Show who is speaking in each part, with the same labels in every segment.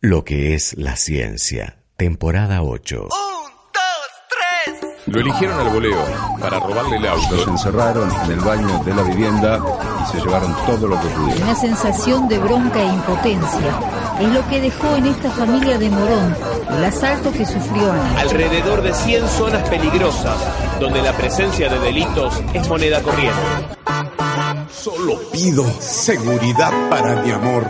Speaker 1: Lo que es la ciencia, temporada 8.
Speaker 2: Lo eligieron al voleo para robarle el
Speaker 3: Los
Speaker 2: auto.
Speaker 3: encerraron en el baño de la vivienda y se llevaron todo lo que pudieron.
Speaker 4: Una sensación de bronca e impotencia es lo que dejó en esta familia de Morón el asalto que sufrió Ana.
Speaker 5: alrededor de 100 zonas peligrosas donde la presencia de delitos es moneda corriente.
Speaker 6: Solo pido seguridad para mi amor.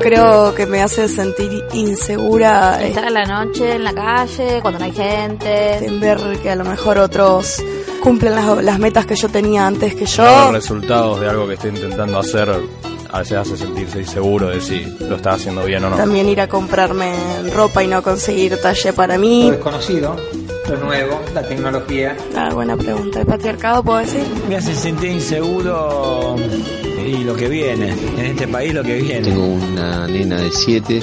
Speaker 7: Creo que me hace sentir insegura eh,
Speaker 8: Estar en la noche en la calle, cuando no hay gente.
Speaker 7: en ver que a lo mejor otros cumplen las, las metas que yo tenía antes que yo.
Speaker 9: Los resultados de algo que estoy intentando hacer a veces hace sentirse inseguro de si lo está haciendo bien o no.
Speaker 7: También ir a comprarme ropa y no conseguir talle para
Speaker 10: Lo
Speaker 7: mí.
Speaker 10: desconocido, lo nuevo, la tecnología.
Speaker 7: Ah, buena pregunta. ¿El patriarcado puedo decir?
Speaker 10: Me hace sentir inseguro y lo que viene, en este país lo que viene.
Speaker 11: Tengo una nena de 7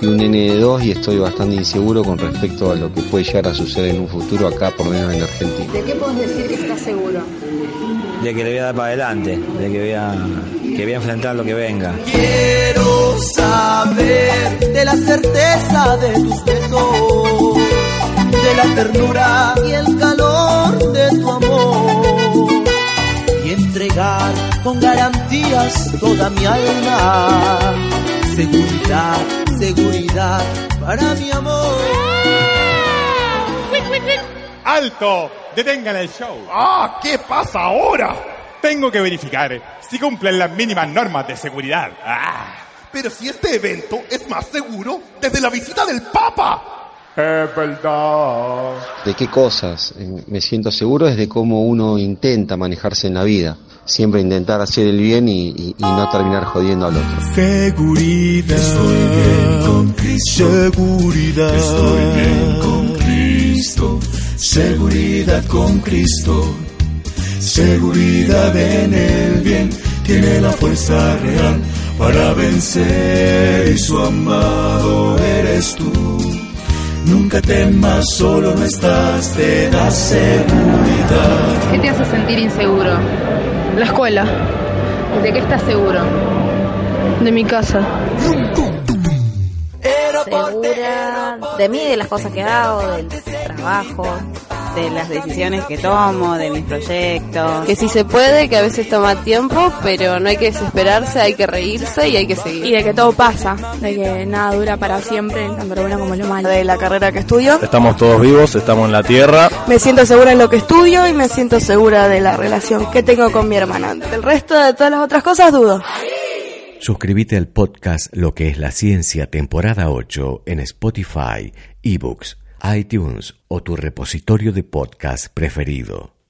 Speaker 11: y un nene de 2 y estoy bastante inseguro con respecto a lo que puede llegar a suceder en un futuro acá, por lo menos en Argentina.
Speaker 8: ¿De qué puedes decir que estás seguro?
Speaker 10: De que le voy a dar para adelante, de que voy a, que voy a enfrentar lo que venga.
Speaker 6: Quiero saber de la certeza de tus besos, de la ternura y el calor de tu amor. Y entregar con garantías toda mi alma. Seguridad, seguridad para mi amor.
Speaker 9: ¡Alto! ¡Detengan el show!
Speaker 6: ¡Ah! ¿Qué pasa ahora?
Speaker 9: Tengo que verificar si cumplen las mínimas normas de seguridad.
Speaker 6: Ah, Pero si este evento es más seguro desde la visita del Papa. Es verdad.
Speaker 11: ¿De qué cosas eh, me siento seguro? Es de cómo uno intenta manejarse en la vida. Siempre intentar hacer el bien y, y- y no terminar jodiendo al otro.
Speaker 6: Seguridad. Estoy bien con Cristo. Seguridad. Estoy bien con Cristo. Seguridad con Cristo. Seguridad en el bien. Tiene la fuerza real para vencer y su amado eres tú. Nunca temas, solo no estás, te da seguridad.
Speaker 8: ¿Qué te hace sentir inseguro? La escuela. ¿De qué estás seguro? De mi casa. Segura de mí, de las cosas que hago, del trabajo.
Speaker 7: De las decisiones que tomo, de mis proyectos.
Speaker 4: Que si se puede, que a veces toma tiempo, pero no hay que desesperarse, hay que reírse y hay que seguir.
Speaker 7: de que todo pasa, de que nada dura para siempre, tanto lo bueno como lo malo. De la carrera que estudio.
Speaker 9: Estamos todos vivos, estamos en la tierra.
Speaker 7: Me siento segura en lo que estudio y me siento segura de la relación que tengo con mi hermana. Del resto de todas las otras cosas dudo.
Speaker 1: Suscríbete al podcast Lo que es la ciencia, temporada 8 en Spotify, eBooks, iTunes o tu repositorio de podcast preferido.